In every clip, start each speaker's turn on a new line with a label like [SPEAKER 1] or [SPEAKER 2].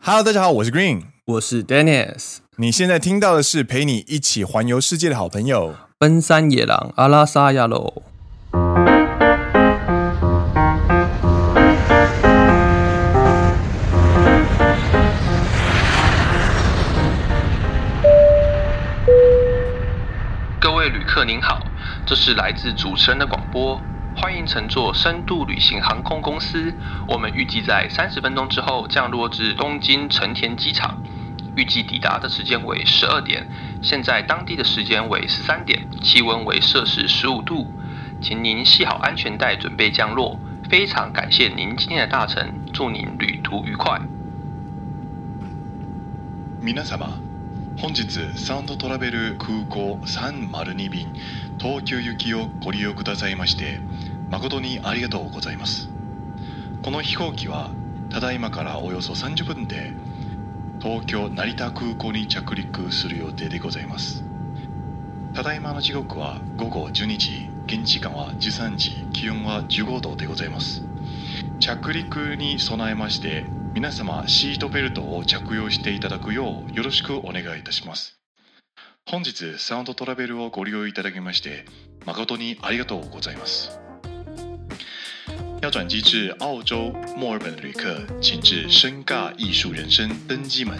[SPEAKER 1] Hello，大家好，我是 Green。
[SPEAKER 2] 我是 Dennis，
[SPEAKER 1] 你现在听到的是陪你一起环游世界的好朋友。
[SPEAKER 2] 奔山野狼阿拉萨亚喽。各位旅客您好，这是来自主持人的广播，欢迎乘坐深度旅行航空公司。我们预计在三十分钟之后降落至东京成田机场，预计抵达的时间为十二点，现在当地的时间为十三点，气温为摄氏十五度，请您系好安全带，准备降落。非常感谢您今天的搭乘，祝您旅途愉快。
[SPEAKER 3] 皆様本日サンドトラベル空港302便東京行きをご利用くださいまして誠にありがとうございますこの飛行機はただいまからおよそ30分で東京成田空港に着陸する予定でございますただいまの時刻は午後12時現地時間は13時気温は15度でございます着陸に備えまして皆様シートベルトを着用していただくようよろしくお願いいたします本日サウンドトラベルをご利用いただきまして誠にありがとうございます要转机至澳洲墨尔本的旅客，请至深尬艺术人生登机门；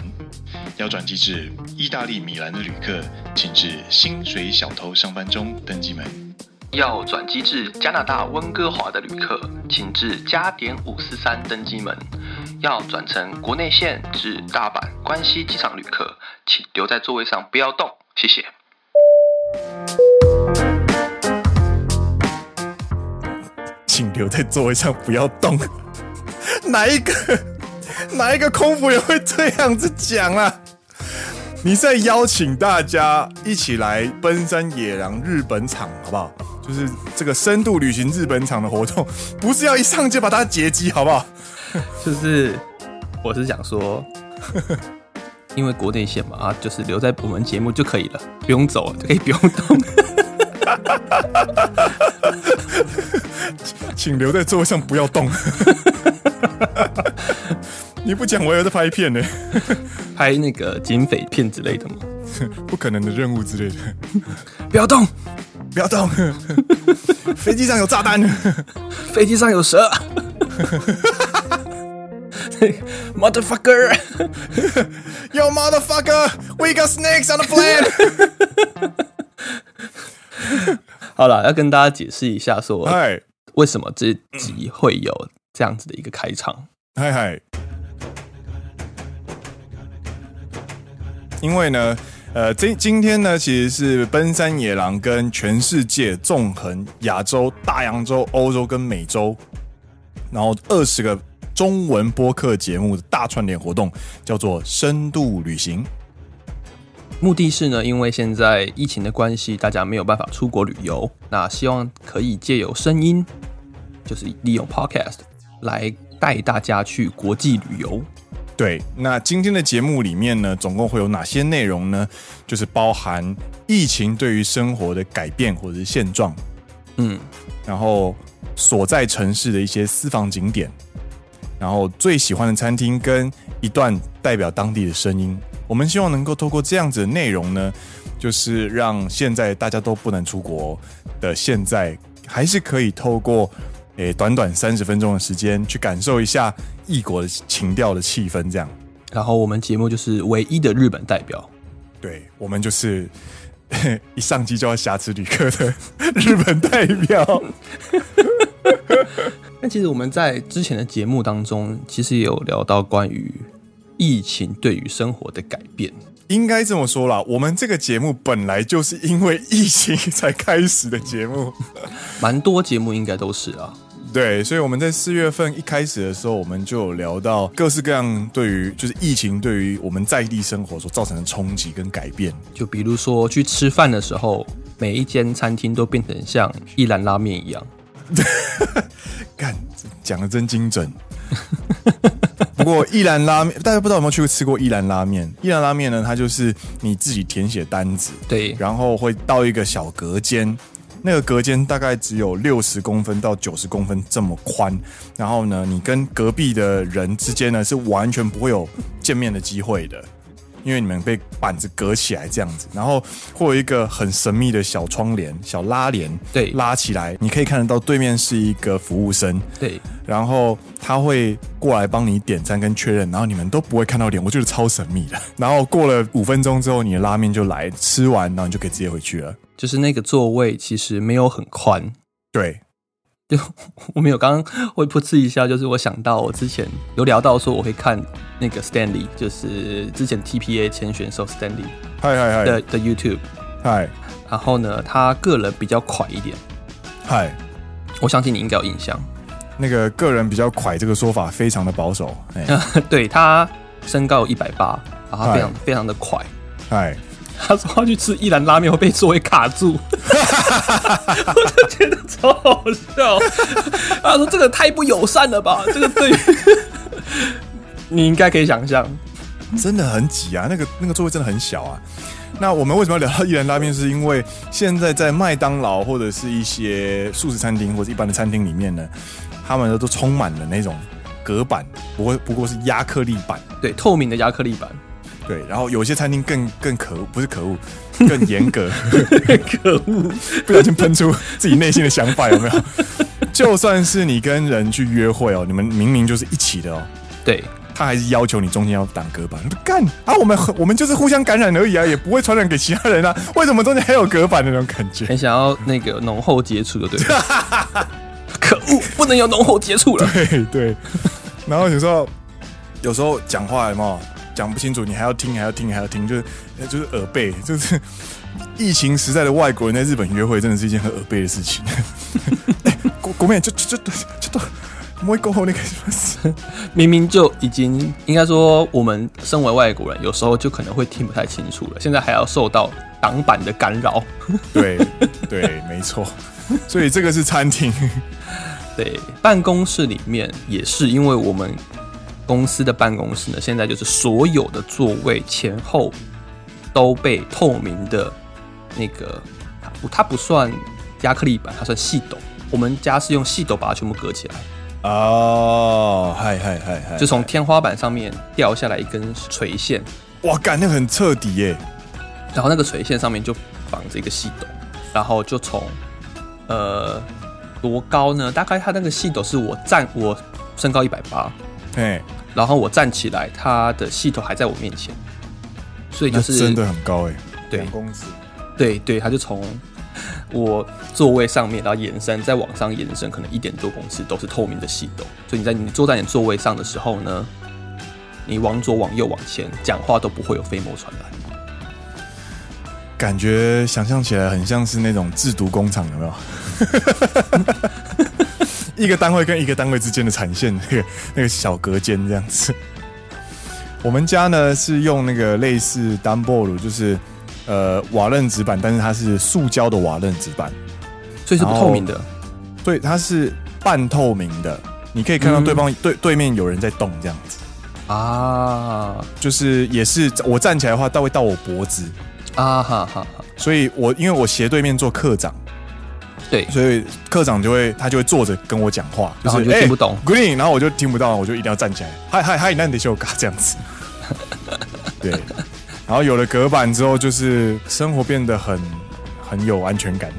[SPEAKER 3] 要转机至意大利米兰的旅客，请至薪水小偷上班中登机门。
[SPEAKER 2] 要转机至加拿大温哥华的旅客，请至加点五四三登机门；要转乘国内线至大阪关西机场旅客，请留在座位上不要动，谢谢。
[SPEAKER 1] 请留在座位上，不要动。 哪一个哪一个空服员会这样子讲啊？你是在邀请大家一起来奔山野狼日本场，好不好？就是这个深度旅行日本场的活动，不是要一上就把它截击，好不好？
[SPEAKER 2] 就是我是想说， 因为国内线嘛，啊，就是留在我们节目就可以了，不用走，可以不用动。
[SPEAKER 1] 请留在座位上，不要动。 你不讲，我以为在拍片呢、
[SPEAKER 2] 拍那个警匪片之类的嘛，
[SPEAKER 1] 不可能的任务之类的。
[SPEAKER 2] 不要动，
[SPEAKER 1] 不要动， 飞机上有炸弹。
[SPEAKER 2] 飞机上有蛇。Motherfucker！
[SPEAKER 1] Yo motherfucker, we got snakes on the plane 。
[SPEAKER 2] 好了，要跟大家解释一下，说
[SPEAKER 1] 嗨
[SPEAKER 2] 为什么这集会有这样子的一个开场。
[SPEAKER 1] 嗨嗨，因为呢，呃，这今天呢，其实是奔山野狼跟全世界纵横亚洲、大洋洲、欧洲跟美洲，然后二十个中文播客节目的大串联活动，叫做深度旅行。
[SPEAKER 2] 目的是呢，因为现在疫情的关系，大家没有办法出国旅游，那希望可以借由声音，就是利用 podcast 来带大家去国际旅游。
[SPEAKER 1] 对，那今天的节目里面呢，总共会有哪些内容呢？就是包含疫情对于生活的改变或者是现状，
[SPEAKER 2] 嗯，
[SPEAKER 1] 然后所在城市的一些私房景点，然后最喜欢的餐厅跟一段代表当地的声音。我们希望能够透过这样子的内容呢，就是让现在大家都不能出国的现在，还是可以透过诶短短三十分钟的时间去感受一下异国的情调的气氛，这样。
[SPEAKER 2] 然后我们节目就是唯一的日本代表，
[SPEAKER 1] 对我们就是 一上机就要挟持旅客的日本代表。
[SPEAKER 2] 那其实我们在之前的节目当中，其实也有聊到关于疫情对于生活的改变。
[SPEAKER 1] 应该这么说啦，我们这个节目本来就是因为疫情才开始的节目，
[SPEAKER 2] 蛮多节目应该都是啊。
[SPEAKER 1] 对，所以我们在四月份一开始的时候，我们就有聊到各式各样对于就是疫情对于我们在地生活所造成的冲击跟改变。
[SPEAKER 2] 就比如说去吃饭的时候，每一间餐厅都变成像一兰拉面一样。
[SPEAKER 1] 干，讲的真精准。不过一兰拉面，大家不知道有没有去过吃过一兰拉面？一兰拉面呢，它就是你自己填写单子，
[SPEAKER 2] 对，
[SPEAKER 1] 然后会到一个小隔间，那个隔间大概只有六十公分到九十公分这么宽，然后呢，你跟隔壁的人之间呢是完全不会有见面的机会的。因为你们被板子隔起来这样子，然后会有一个很神秘的小窗帘、小拉帘，
[SPEAKER 2] 对
[SPEAKER 1] 拉起来，你可以看得到对面是一个服务生，
[SPEAKER 2] 对，
[SPEAKER 1] 然后他会过来帮你点餐跟确认，然后你们都不会看到脸，我觉得超神秘的。然后过了五分钟之后，你的拉面就来，吃完然后你就可以直接回去了。
[SPEAKER 2] 就是那个座位其实没有很宽。
[SPEAKER 1] 对，
[SPEAKER 2] 我没有刚刚会噗嗤一下，就是我想到我之前有聊到说我会看那个 Stanley，就是之前 TPA 前选手 Stanley
[SPEAKER 1] 嗨嗨嗨
[SPEAKER 2] 的的 YouTube，
[SPEAKER 1] 嗨
[SPEAKER 2] 然后呢，他个人比较快一点，
[SPEAKER 1] 嗨，
[SPEAKER 2] 我相信你应该有印象。
[SPEAKER 1] 那个个人比较快这个说法非常的保守，哎
[SPEAKER 2] 对他身高一百八，然后他非常
[SPEAKER 1] 嗨
[SPEAKER 2] 非常的快。
[SPEAKER 1] 嗨，
[SPEAKER 2] 他说他去吃一兰拉面会被座位卡住， 我就觉得超好笑。他说这个太不友善了吧，这个对于 你应该可以想象。
[SPEAKER 1] 真的很挤啊，那个那个座位真的很小啊。那我们为什么要聊到一人拉面？是因为现在在麦当劳或者是一些素食餐厅或者一般的餐厅里面呢，他们都充满了那种隔板，不过不过是亚克力板。
[SPEAKER 2] 对，透明的亚克力板，
[SPEAKER 1] 对，然后有些餐厅更更可恶，不是可恶，更严格，
[SPEAKER 2] 可恶。
[SPEAKER 1] 不小心喷出自己内心的想法，有没有？就算是你跟人去约会哦，你们明明就是一起的哦，
[SPEAKER 2] 对，
[SPEAKER 1] 他还是要求你中间要挡隔板。干啊，我们我们就是互相感染而已啊，也不会传染给其他人啊，为什么中间还有隔板的那种感觉？
[SPEAKER 2] 很想要那个浓厚接触就对了。可恶，不能有浓厚接触了。
[SPEAKER 1] 对 对。然后有时候有时候讲话有没有讲不清楚，你还要听还要听还要听，就是呃就是耳背，就是疫情时代的外国人在日本约会，真的是一件很耳背的事情。 哎ごごめん、ちょちょちょちょっともう一個お願いします。
[SPEAKER 2] 明明就已经应该说，我们身为外国人，有时候就可能会听不太清楚了。现在还要受到挡板的干扰。
[SPEAKER 1] 对对，没错。所以这个是餐厅，
[SPEAKER 2] 对，办公室里面也是，因为我们公司的办公室呢，现在就是所有的座位前后都被透明的那个，它不它不算亚克力板，它算细斗。我们家是用细斗把它全部隔起来，
[SPEAKER 1] 哦，嗨嗨嗨嗨，
[SPEAKER 2] 就从天花板上面掉下来一根垂线，
[SPEAKER 1] 哇，干那个很彻底耶，
[SPEAKER 2] 然后那个垂线上面就绑着一个细斗，然后就从呃多高呢？大概它那个细斗是我站我身高一百八，
[SPEAKER 1] 嘿，
[SPEAKER 2] 然后我站起来，它的系统还在我面前，所以就
[SPEAKER 1] 那
[SPEAKER 2] 是
[SPEAKER 1] 真的很高哎，
[SPEAKER 2] 对
[SPEAKER 1] 两公尺，
[SPEAKER 2] 对对，它就从我座位上面，然后延伸，再往上延伸，可能一点多公尺都是透明的系统。所以你在你坐在你座位上的时候呢，你往左往右往前讲话都不会有飞沫传来。
[SPEAKER 1] 感觉想象起来很像是那种制毒工厂，有没有？ 一个单位跟一个单位之间的产线，那个那个小隔间这样子。我们家呢是用那个类似 d u m b o l 就是呃瓦楞纸板，但是它是塑胶的瓦楞纸板，
[SPEAKER 2] 所以是不透明的，
[SPEAKER 1] 对，它是半透明的，你可以看到对方、对对面有人在动这样子，
[SPEAKER 2] 啊
[SPEAKER 1] 哦就是也是我站起来的话，到会到我脖子，
[SPEAKER 2] 啊哈哈哈，
[SPEAKER 1] 所以我因为我斜对面坐课长。
[SPEAKER 2] 对，
[SPEAKER 1] 所以科长就会他就会坐着跟我讲话，
[SPEAKER 2] 然
[SPEAKER 1] 是
[SPEAKER 2] 后你就听不懂
[SPEAKER 1] g r e e n 然后我就听不到，我就一定要站起来，嗨嗨嗨，那你得修嘎这样 子。对，然后有了隔板之后，就是生活变得很很有安全感。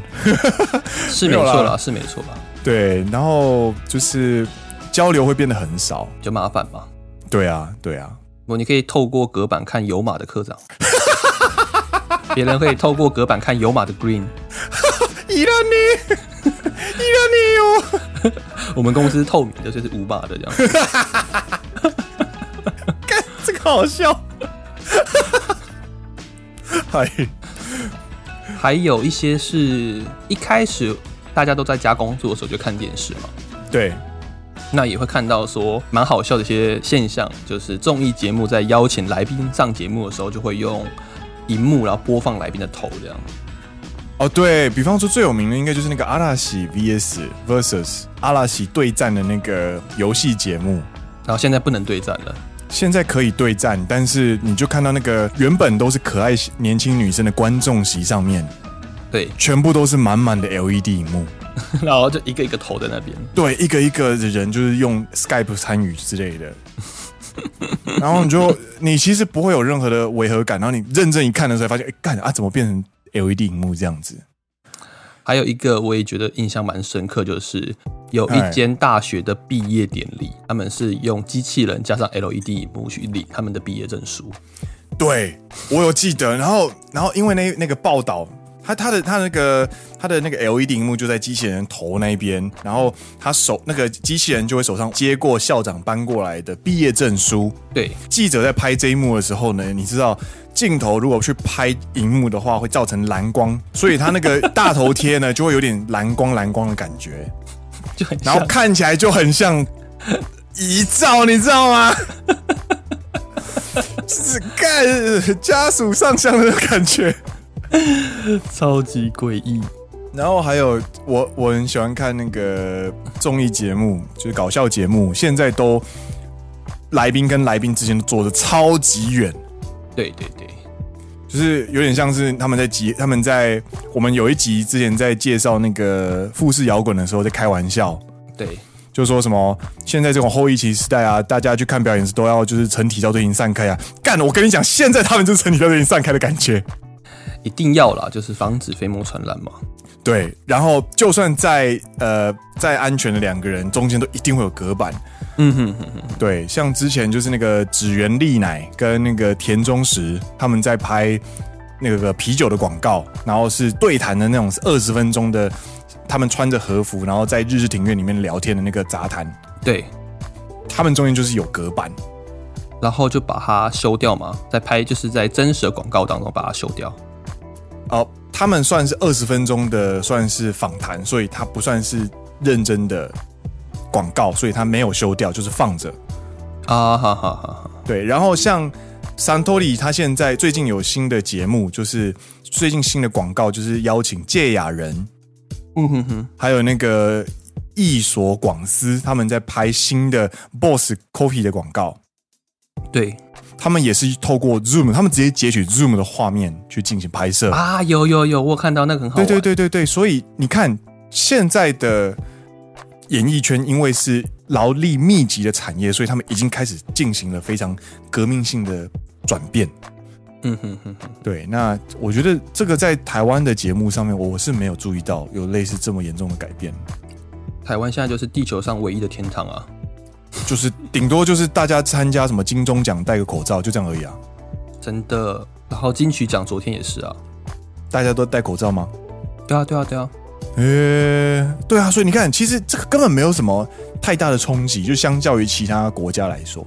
[SPEAKER 2] 是
[SPEAKER 1] 没
[SPEAKER 2] 没
[SPEAKER 1] 有啦
[SPEAKER 2] 错啦，是没错啦，
[SPEAKER 1] 对，然后就是交流会变得很少。
[SPEAKER 2] 就麻烦嘛。
[SPEAKER 1] 对啊，对啊，
[SPEAKER 2] 不，你可以透过隔板看有马的科长， 别人可以透过隔板看有马的 Green。
[SPEAKER 1] 伊兰 尼，伊兰尼哟，
[SPEAKER 2] 我们公司透明的，就是无码的这样。
[SPEAKER 1] 这个好笑。 嗨，
[SPEAKER 2] 还有一些是一开始大家都在家工作的时候就看电视嘛，
[SPEAKER 1] 对，
[SPEAKER 2] 那也会看到说蛮好笑的一些现象，就是综艺节目在邀请来宾上节目的时候，就会用荧幕然后播放来宾的头这样。
[SPEAKER 1] 哦，对比方说最有名的应该就是那个阿拉西 VS versus 阿拉西对战的那个游戏节目，
[SPEAKER 2] 然后现在不能对战了，
[SPEAKER 1] 现在可以对战，但是你就看到那个原本都是可爱年轻女生的观众席上面，
[SPEAKER 2] 对，
[SPEAKER 1] 全部都是满满的 LED 荧幕，
[SPEAKER 2] 然后就一个一个投在那边，
[SPEAKER 1] 对，一个一个的人就是用 Skype 参与之类的。 然后你就你其实不会有任何的违和感，然后你认真一看的时候，发现哎干啊，怎么变成 LED 荧幕这样子？
[SPEAKER 2] 还有一个我也觉得印象蛮深刻，就是有一间大学的毕业典礼，他们是用机器人加上 LED 荧幕去领他们的毕业证书。
[SPEAKER 1] 对我有记得，然后然后因为那那个报道，他他的他那个他的那个 LED 荧幕就在机器人头那边，然后他手那个机器人就会手上接过校长搬过来的毕业证书。
[SPEAKER 2] 对，
[SPEAKER 1] 记者在拍这一幕的时候呢，你知道镜头如果去拍荧幕的话，会造成蓝光，所以他那个大头贴呢就会有点蓝光蓝光的感觉，
[SPEAKER 2] 就很
[SPEAKER 1] 然后
[SPEAKER 2] 像
[SPEAKER 1] 看起来就很像遗照，你知道吗？是干家属上香的那种感觉。
[SPEAKER 2] 超级诡异。
[SPEAKER 1] 然后还有我我很喜欢看那个综艺节目，就是搞笑节目，现在都来宾跟来宾之间都坐的超级远。
[SPEAKER 2] 对对对，
[SPEAKER 1] 就是有点像是他们在集，他们在我们有一集之前在介绍那个富士摇滚的时候，在开玩笑，
[SPEAKER 2] 对，
[SPEAKER 1] 就说什么现在这种后疫情时代啊，大家去看表演时都要就是成体到队形散开啊。干，我跟你讲，现在他们就是成体到队形散开的感觉。
[SPEAKER 2] 一定要啦，就是防止飞沫传染嘛。
[SPEAKER 1] 对，然后就算在呃在安全的两个人中间都一定会有隔板。
[SPEAKER 2] 嗯哼哼哼，
[SPEAKER 1] 对，像之前就是那个指原丽乃跟那个田中实他们在拍那个啤酒的广告，然后是对谈的那种二十分钟的，他们穿着和服，然后在日式庭院里面聊天的那个杂谈，
[SPEAKER 2] 对，
[SPEAKER 1] 他们中间就是有隔板。
[SPEAKER 2] 然后就把它修掉嘛，在拍就是在真实的广告当中把它修掉。
[SPEAKER 1] 哦，他们算是二十分钟的，算是访谈，所以它不算是认真的广告，所以它没有修掉，就是放着。
[SPEAKER 2] 啊哈哈哈哈！
[SPEAKER 1] 对，然后像 Santori，他现在最近有新的节目，就是最近新的广告，就是邀请芥雅人，
[SPEAKER 2] 嗯哼哼，
[SPEAKER 1] 还有那个艺所广司，他们在拍新的 Boss Coffee 的广告。
[SPEAKER 2] 对
[SPEAKER 1] 他们也是透过 Zoom，他们直接截取 Zoom 的画面去进行拍摄。
[SPEAKER 2] 啊，有有有，我有看到那个很好
[SPEAKER 1] 对
[SPEAKER 2] 玩。
[SPEAKER 1] 对对对对，所以你看现在的演艺圈，因为是劳力密集的产业，所以他们已经开始进行了非常革命性的转变。
[SPEAKER 2] 嗯哼哼哼，
[SPEAKER 1] 对，那我觉得这个在台湾的节目上面，我是没有注意到有类似这么严重的改变，
[SPEAKER 2] 台湾现在就是地球上唯一的天堂啊，
[SPEAKER 1] 就是顶多就是大家参加什么金钟奖戴个口罩，就这样而已啊。
[SPEAKER 2] 真的。然后金曲奖昨天也是啊，
[SPEAKER 1] 大家都戴口罩吗？
[SPEAKER 2] 对啊对啊对啊，
[SPEAKER 1] 呃、对啊，所以你看，其实这个根本没有什么太大的冲击，就相较于其他国家来说，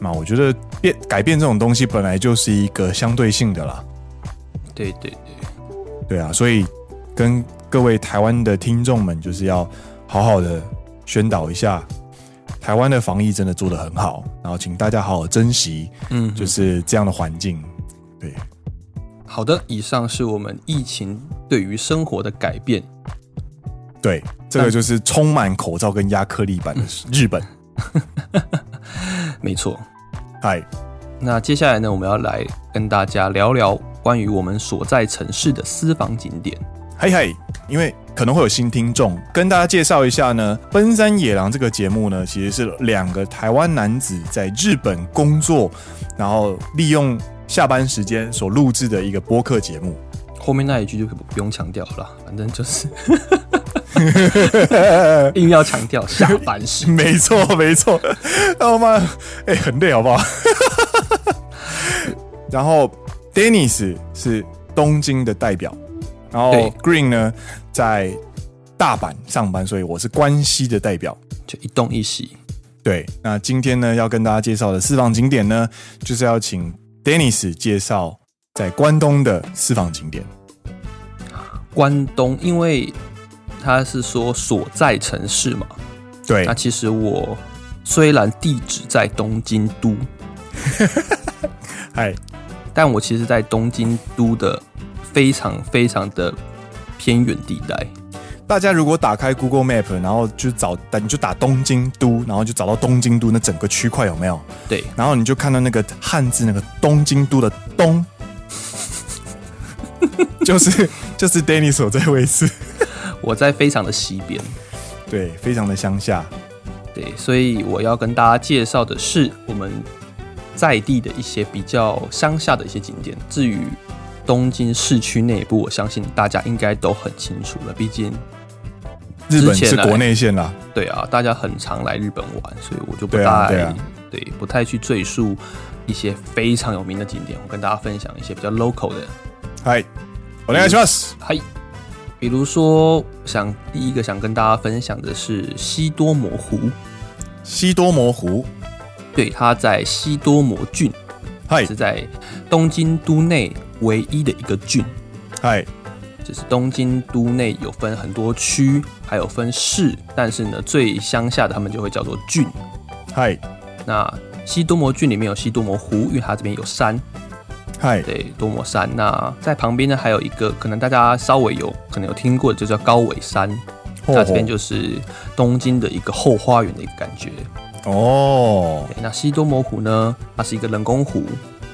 [SPEAKER 1] 那我觉得变改变这种东西本来就是一个相对性的啦，
[SPEAKER 2] 对对对，
[SPEAKER 1] 对啊，所以跟各位台湾的听众们就是要好好的宣导一下，台湾的防疫真的做得很好，然后请大家好好珍惜，
[SPEAKER 2] 嗯，
[SPEAKER 1] 就
[SPEAKER 2] 就是
[SPEAKER 1] 是这样的环境，对，
[SPEAKER 2] 好的。以上是我们疫情对于生活的改变。
[SPEAKER 1] 对，这个就是充满口罩跟亚克力版的日本，
[SPEAKER 2] 没错。
[SPEAKER 1] 嗨，
[SPEAKER 2] 那接下来呢，我们要来跟大家聊聊关于我们所在城市的私房景点。
[SPEAKER 1] 嗨嗨，因为可能会有新听众，跟大家介绍一下呢，《奔山野狼》这个节目呢，其实是两个台湾男子在日本工作，然后利用下班时间所录制的一个播客节目。
[SPEAKER 2] 后面那一句就不用强调了啦，反正就是 硬要强调下班时
[SPEAKER 1] 没错，没错， 然后嘛，哎、很累，好不 好？然后 Dennis 是东京的代表，然后
[SPEAKER 2] 对
[SPEAKER 1] Green 呢在大阪上班，所以我是关西的代表。
[SPEAKER 2] 就一动一息。
[SPEAKER 1] 对，那今天呢要跟大家介绍的私房景点呢，就是要请 Dennis 介绍在关东的私房景点。
[SPEAKER 2] 关东，因为他是说所在城市嘛，
[SPEAKER 1] 对
[SPEAKER 2] 那，其实我虽然地址在东京都，
[SPEAKER 1] 哎，
[SPEAKER 2] 但我其实在东京都的非常非常的偏远地带。
[SPEAKER 1] 大家如果打开 Google Map，然后就找，你就打东京都，然后就找到东京都那整个区块有没有？
[SPEAKER 2] 对，
[SPEAKER 1] 然后你就看到那个 汉字那个东京都的东，就是就是 Danny 所在位置，
[SPEAKER 2] 我在非常的西边，
[SPEAKER 1] 对，非常的乡下。
[SPEAKER 2] 对，所以我要跟大家介绍的是我们在地的一些比较乡下的一些景点。至于东京市区内部，我相信大家应该都很清楚了，毕竟
[SPEAKER 1] 日本
[SPEAKER 2] 之前
[SPEAKER 1] 是
[SPEAKER 2] 来
[SPEAKER 1] 国内线啦，
[SPEAKER 2] 对啊，大家很常来日本玩，所以我就不
[SPEAKER 1] 对
[SPEAKER 2] 太
[SPEAKER 1] 啊对啊
[SPEAKER 2] 对不太去赘述一些非常有名的景点，我跟大家分享一些比较 local 的。
[SPEAKER 1] 嗨，お
[SPEAKER 2] 嗯
[SPEAKER 1] 願いします。
[SPEAKER 2] 嗨，比如说想第一个想跟大家分享的是西多摩湖，
[SPEAKER 1] 西多摩湖，
[SPEAKER 2] 对，它在西多摩郡，
[SPEAKER 1] 嗨
[SPEAKER 2] 是在东京都内唯一的一个郡。
[SPEAKER 1] 嗨，
[SPEAKER 2] 就是东京都内有分很多区，还有分市，但是呢，最乡下的他们就会叫做郡。
[SPEAKER 1] 嗨
[SPEAKER 2] 那西多摩郡里面有西多摩湖，因为它这边有山，
[SPEAKER 1] 嗨，
[SPEAKER 2] 对，多摩山。那在旁边呢，还有一个可能大家稍微有可能有听过的，就叫高尾山。
[SPEAKER 1] 哦
[SPEAKER 2] 那这边就是东京的一个后花园的一个感觉。
[SPEAKER 1] 哦，
[SPEAKER 2] 对那西多摩湖呢，它是一个人工湖，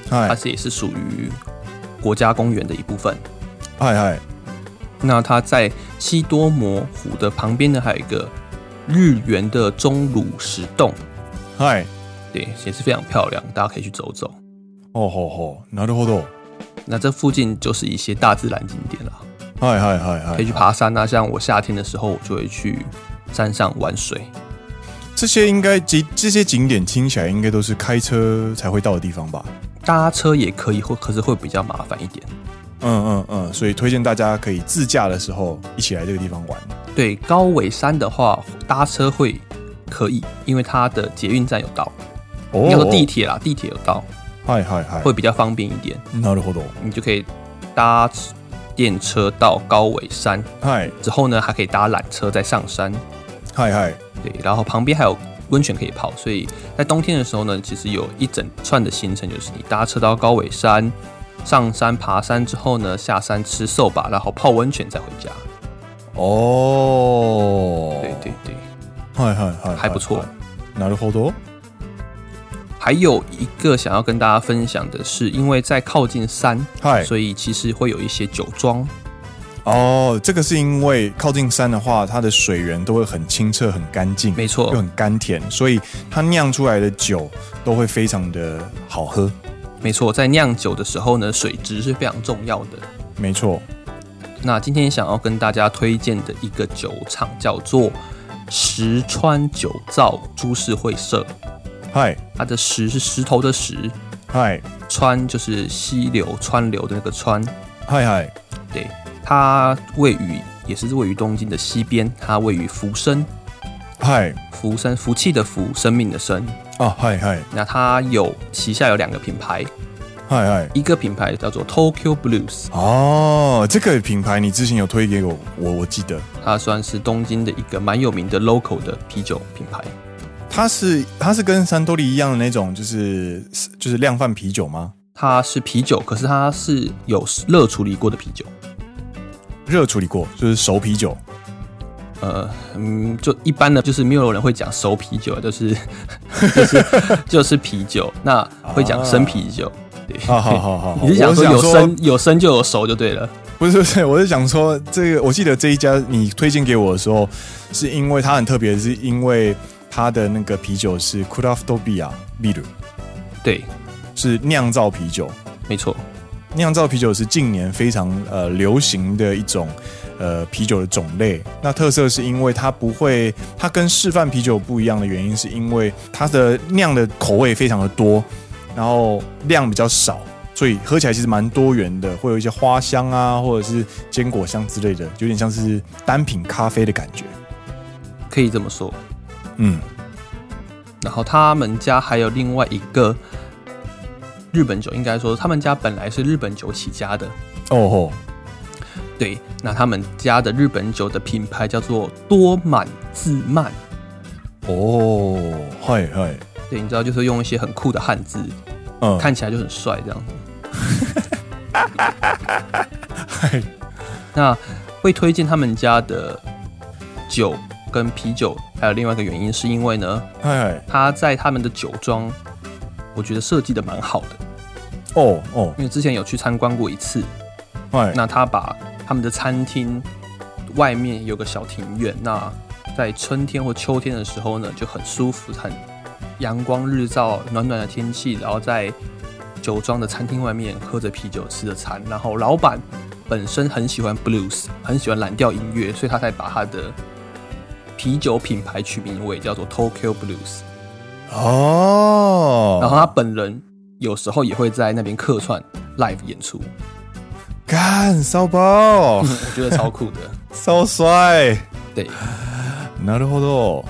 [SPEAKER 2] 它
[SPEAKER 1] 嗨
[SPEAKER 2] 是也是属于国家公园的一部分。
[SPEAKER 1] 嗨嗨，
[SPEAKER 2] 那它在西多摩湖的旁边呢，还有一个日元的钟乳石洞，
[SPEAKER 1] 嗨，
[SPEAKER 2] 对，也是非常漂亮，大家可以去走走。
[SPEAKER 1] 哦吼吼，なるほど。
[SPEAKER 2] 那这附近就是一些大自然景点啦，
[SPEAKER 1] 嗨嗨嗨嗨，
[SPEAKER 2] 可以去爬山啊。像我夏天的时候，我就会去山上玩水。
[SPEAKER 1] 这些应该这这些景点听起来应该都是开车才会到的地方吧？
[SPEAKER 2] 搭车也可以，或可是会比较麻烦一点。
[SPEAKER 1] 嗯嗯嗯，所以推荐大家可以自驾的时候一起来这个地方玩。
[SPEAKER 2] 对，高尾山的话，搭车会可以，因为它的捷运站有到，
[SPEAKER 1] 哦
[SPEAKER 2] 应该说地，铁啦，地铁有到，
[SPEAKER 1] 嗨嗨嗨，
[SPEAKER 2] 会比较方便一点。
[SPEAKER 1] なるほど。
[SPEAKER 2] 你就可以搭电车到高尾山，
[SPEAKER 1] 嗨
[SPEAKER 2] 之后呢还可以搭缆车再上山，
[SPEAKER 1] 嗨嗨，
[SPEAKER 2] 对，然后旁边还有温泉可以泡，所以在冬天的时候呢，其实有一整串的行程，就是你搭车到高尾山，上山爬山之后呢，下山吃寿吧，然后泡温泉再回家。
[SPEAKER 1] 哦，
[SPEAKER 2] 对对，对，
[SPEAKER 1] 嗨嗨嗨，
[SPEAKER 2] 还不错。
[SPEAKER 1] なるほど。
[SPEAKER 2] 还有一个想要跟大家分享的是，因为在靠近山，
[SPEAKER 1] 嗨，
[SPEAKER 2] 所以其实会有一些酒庄，
[SPEAKER 1] 哦，这个是因为靠近山的话，它的水源都会很清澈、很干净，
[SPEAKER 2] 没错
[SPEAKER 1] 又很甘甜，所以它酿出来的酒都会非常的好喝。
[SPEAKER 2] 没错，在酿酒的时候呢，水质是非常重要的。
[SPEAKER 1] 没错，
[SPEAKER 2] 那今天想要跟大家推荐的一个酒厂叫做石川酒造株式会社，
[SPEAKER 1] 嗨
[SPEAKER 2] 它的石是石头的石，
[SPEAKER 1] 嗨
[SPEAKER 2] 川就是溪流川流的那个川，
[SPEAKER 1] 嗨嗨，
[SPEAKER 2] 对，它位于也是位于东京的西边，它位于福生，
[SPEAKER 1] 嗨
[SPEAKER 2] 福生福气的福，生命的生。
[SPEAKER 1] 啊嗨嗨
[SPEAKER 2] 那它有旗下有两个品牌，
[SPEAKER 1] 嗨嗨。
[SPEAKER 2] 一个品牌叫做 Tokyo Blues，
[SPEAKER 1] 哦，这个品牌你之前有推给我，我我记得
[SPEAKER 2] 它算是东京的一个蛮有名的 local 的啤酒品牌。
[SPEAKER 1] 它是它是跟山多利一样的那种，就是就是量贩啤酒吗？
[SPEAKER 2] 它是啤酒，可是它是有热处理过的啤酒。
[SPEAKER 1] 热处理过，就是熟啤酒。
[SPEAKER 2] 呃，嗯，就一般的，就是没有人会讲熟啤酒，啊就是 就是 就是啤酒，那会讲生啤酒。对，
[SPEAKER 1] 好啊好好好好，
[SPEAKER 2] 你是想
[SPEAKER 1] 哦我想
[SPEAKER 2] 说有生有生就有熟就对了。
[SPEAKER 1] 不是不是，我是想说，这个我记得这一家你推荐给我的时候，是因为它很特别，是因为它的那个啤酒是 k u r a f t o b i a b i r
[SPEAKER 2] 对，
[SPEAKER 1] 是酿造啤酒。
[SPEAKER 2] 没错，
[SPEAKER 1] 酿造啤酒是近年非常呃流行的一种呃啤酒的种类。那特色是因为它不会，它跟示范啤酒不一样的原因，是因为它的酿的口味非常的多，然后量比较少，所以喝起来其实蛮多元的，会有一些花香啊，或者是坚果香之类的，有点像是单品咖啡的感觉。
[SPEAKER 2] 可以这么说。
[SPEAKER 1] 嗯，
[SPEAKER 2] 然后他们家还有另外一个日本酒，应该说他们家本来是日本酒起家的。
[SPEAKER 1] 哦吼，
[SPEAKER 2] 对，那他们家的日本酒的品牌叫做多满自慢。
[SPEAKER 1] 哦，嗨嗨，
[SPEAKER 2] 对，你知道，就是用一些很酷的汉字，
[SPEAKER 1] 嗯，
[SPEAKER 2] 看起来就很帅这样子。
[SPEAKER 1] 嗨，
[SPEAKER 2] 那会推荐他们家的酒跟啤酒，还有另外一个原因是因为呢，
[SPEAKER 1] 嗨嗨，
[SPEAKER 2] 它在他们的酒庄，我觉得设计的蛮好的。
[SPEAKER 1] 哦哦，
[SPEAKER 2] 因为之前有去参观过一次，
[SPEAKER 1] 嗨，
[SPEAKER 2] 那他把他们的餐厅外面有个小庭院，那在春天或秋天的时候呢，就很舒服，很阳光日照，暖暖的天气，然后在酒庄的餐厅外面喝着啤酒，吃着餐，然后老板本身很喜欢 blues，很喜欢蓝调音乐，所以他才把他的啤酒品牌取名为叫做 Tokyo Blues。
[SPEAKER 1] 哦，
[SPEAKER 2] 然后他本人有时候也会在那边客串 live 演出，
[SPEAKER 1] 干骚包，
[SPEAKER 2] 我觉得超酷的。
[SPEAKER 1] 骚帅，
[SPEAKER 2] 对，
[SPEAKER 1] なるほど，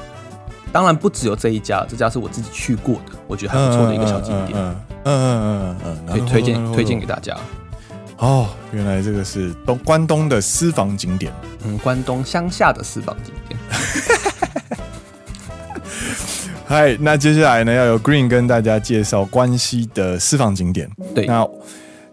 [SPEAKER 2] 当然不只有这一家，这家是我自己去过的，我觉得还不错的一个小景点，
[SPEAKER 1] 嗯嗯嗯嗯嗯嗯嗯嗯，
[SPEAKER 2] 可以推荐推荐给
[SPEAKER 1] 他。
[SPEAKER 2] 大家。
[SPEAKER 1] 哦，原来这个是东关东的私房景点。
[SPEAKER 2] 嗯，关东乡下的私房景点。
[SPEAKER 1] 嗨，那接下来呢，要由 Green 跟大家介绍关西的私房景点。
[SPEAKER 2] 对，
[SPEAKER 1] 那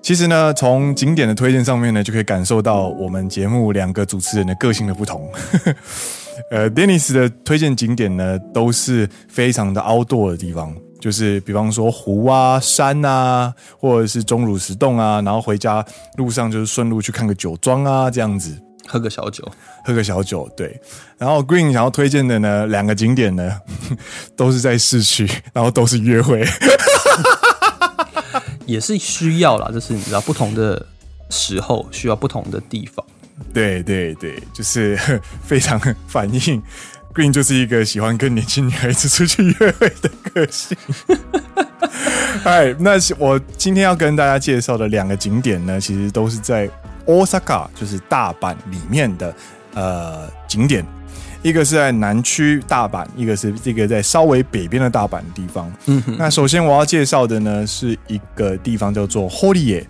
[SPEAKER 1] 其实呢，从景点的推荐上面呢，就可以感受到我们节目两个主持人的个性的不同。 呃，Dennis 的推荐景点呢，都是非常的 outdoor 的地方，就是比方说湖啊、山啊，或者是钟乳石洞啊，然后回家路上就是顺路去看个酒庄啊，这样子。
[SPEAKER 2] 喝个小酒，
[SPEAKER 1] 喝个小酒，对。然后 Green 想要推荐的呢，两个景点呢， 都是在市区，然后都是约会。
[SPEAKER 2] 也是需要啦，就是你知道不同的时候需要不同的地方。
[SPEAKER 1] 对对对，就是 非常反映 Green 就是一个喜欢跟年轻女孩子出去约会的个性。 哎，那是我今天要跟大家介绍的两个景点呢，其实都是在 Osaka，就是大阪里面的呃景点。一个是在南区大阪，一个是这个在稍微北边的大阪地方。
[SPEAKER 2] 嗯哼，
[SPEAKER 1] 那首先我要介绍的呢，是一个地方叫做 Horie，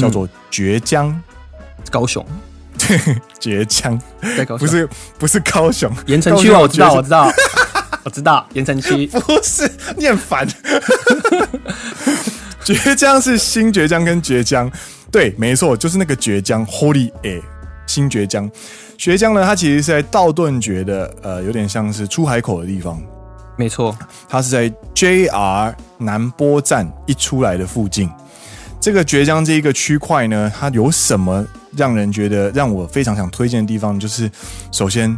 [SPEAKER 1] 叫
[SPEAKER 2] 嗯
[SPEAKER 1] 做绝江，
[SPEAKER 2] 高雄，
[SPEAKER 1] 绝江。
[SPEAKER 2] 在高
[SPEAKER 1] 不
[SPEAKER 2] 雄
[SPEAKER 1] 是不是高雄，
[SPEAKER 2] 盐城
[SPEAKER 1] 高
[SPEAKER 2] 区
[SPEAKER 1] 雄
[SPEAKER 2] 哦，我知道，
[SPEAKER 1] 觉得
[SPEAKER 2] 我知道，我知道盐城区。
[SPEAKER 1] 不是念 反。绝江是新绝江跟绝江，对，没错，就是那个绝江 Holy A 新绝江。绝江呢，它其实是在道顿崛的，呃，有点像是出海口的地方。
[SPEAKER 2] 没错，
[SPEAKER 1] 它是在 JR 南波站一出来的附近。这个绝江这一个区块呢，它有什么让人觉得让我非常想推荐的地方？就是首先，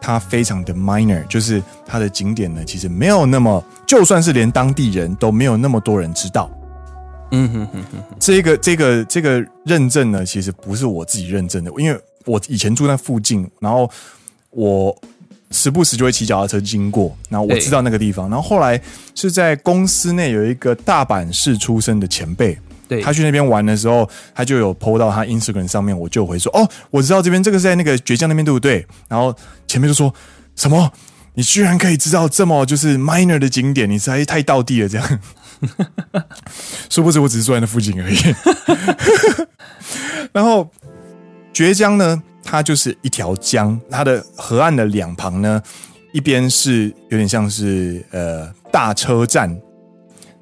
[SPEAKER 1] 它非常的 minor，就是它的景点呢，其实没有那么，就算是连当地人都没有那么多人知道。
[SPEAKER 2] 嗯哼哼哼，
[SPEAKER 1] 这个这个这个认证呢，其实不是我自己认证的，因为我以前住在附近，然后我时不时就会骑脚踏车经过，然后我
[SPEAKER 2] 对
[SPEAKER 1] 知道那个地方。然后后来是在公司内有一个大阪市出生的前辈，
[SPEAKER 2] 对，
[SPEAKER 1] 他去那边玩的时候，他就有 PO 到他 Instagram 上面，我就有回说：“哦，我知道这边这个是在那个倔强那边，对不对？”然后前面就说什么：“你居然可以知道这么就是 minor 的景点，你实在是太道地了。”这样， 殊不知我只是住在那附近而已。然后倔江呢，它就是一条江，它的河岸的两旁呢，一边是有点像是呃大车站，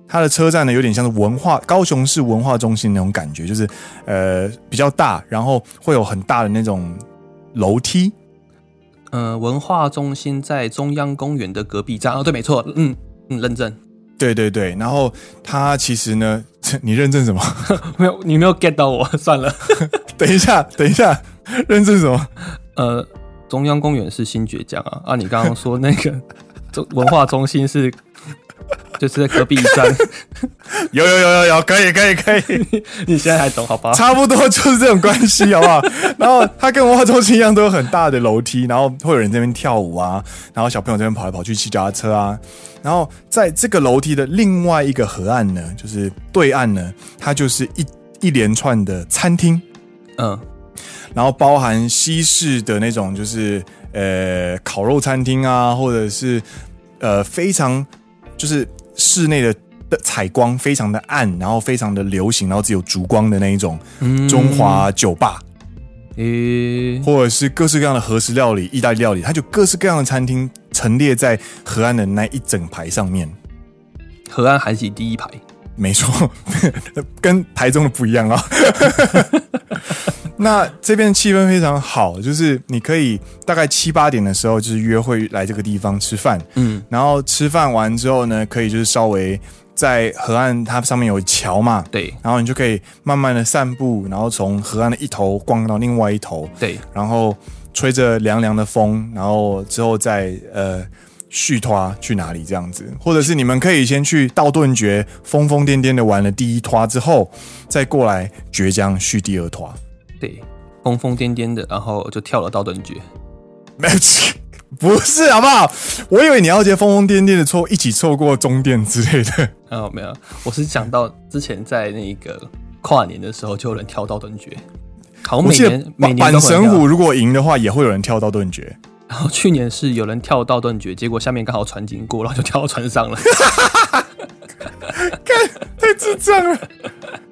[SPEAKER 1] 它的车站呢有点像是文化高雄市文化中心那种感觉，就是呃比较大，然后会有很大的那种楼梯。
[SPEAKER 2] 呃，文化中心在中央公园的隔壁站哦，对，没错，嗯嗯，认证，
[SPEAKER 1] 对对对，然后它其实呢， 你认证什么？
[SPEAKER 2] 没有，你没有 get 到我，算了。
[SPEAKER 1] 等一下，等一下，认证什么？
[SPEAKER 2] 呃，中央公园是新爵江啊，啊，你刚刚说那个 中文化中心是，就是在隔壁站，
[SPEAKER 1] 有有有有有，可以可以可以，
[SPEAKER 2] 你现在还懂好吧？
[SPEAKER 1] 差不多就是这种关系，好不 好？然后它跟文化中心一样，都有很大的楼梯，然后会有人在那边跳舞啊，然后小朋友在那边跑来跑去骑脚踏车啊。然后在这个楼梯的另外一个河岸呢，就是对岸呢，它就是一一连串的餐厅，
[SPEAKER 2] 嗯，
[SPEAKER 1] 然后包含西式的那种，就是呃烤肉餐厅啊，或者是呃非常就是室内的。的采光非常的暗，然后非常的流行，然后只有烛光的那一种
[SPEAKER 2] 嗯
[SPEAKER 1] 中华酒吧，
[SPEAKER 2] 诶、
[SPEAKER 1] 或者是各式各样的和食料理、意大利料理，它就各式各样的餐厅陈列在河岸的那一整排上面。
[SPEAKER 2] 河岸海景第一排，
[SPEAKER 1] 没错， 跟台中的不一样啊。 那这边气氛非常好，就是你可以大概七八点的时候，就是约会来这个地方吃饭，
[SPEAKER 2] 嗯，
[SPEAKER 1] 然后吃饭完之后呢，可以就是稍微在河岸它上面有桥嘛，
[SPEAKER 2] 对
[SPEAKER 1] 然后你就可以慢慢的散步，然后从河岸的一头逛到另外一头，
[SPEAKER 2] 对，
[SPEAKER 1] 然后吹着凉凉的风，然后之后再呃续拖去哪里这样子，或者是你们可以先去道顿崛疯疯癫癫的玩了第一拖之后，再过来绝江续第二拖。
[SPEAKER 2] 对，疯疯癫癫的，然后就跳了道顿崛。
[SPEAKER 1] 没有， 不是好不好？我以为你要接疯疯癫癫的错，一起错过终点之类的。
[SPEAKER 2] 啊、没有，我是想到之前在那个跨年的时候，就有人跳道顿崛，好像
[SPEAKER 1] 我
[SPEAKER 2] 每
[SPEAKER 1] 记得
[SPEAKER 2] 年每
[SPEAKER 1] 板
[SPEAKER 2] 年
[SPEAKER 1] 板
[SPEAKER 2] 都会有
[SPEAKER 1] 神虎如果赢的话，也会有人跳到顿 觉。
[SPEAKER 2] 然后去年是有人跳道顿崛，结果下面刚好船经过，然后就跳到船 上了。
[SPEAKER 1] 太智障
[SPEAKER 2] 啊
[SPEAKER 1] 了。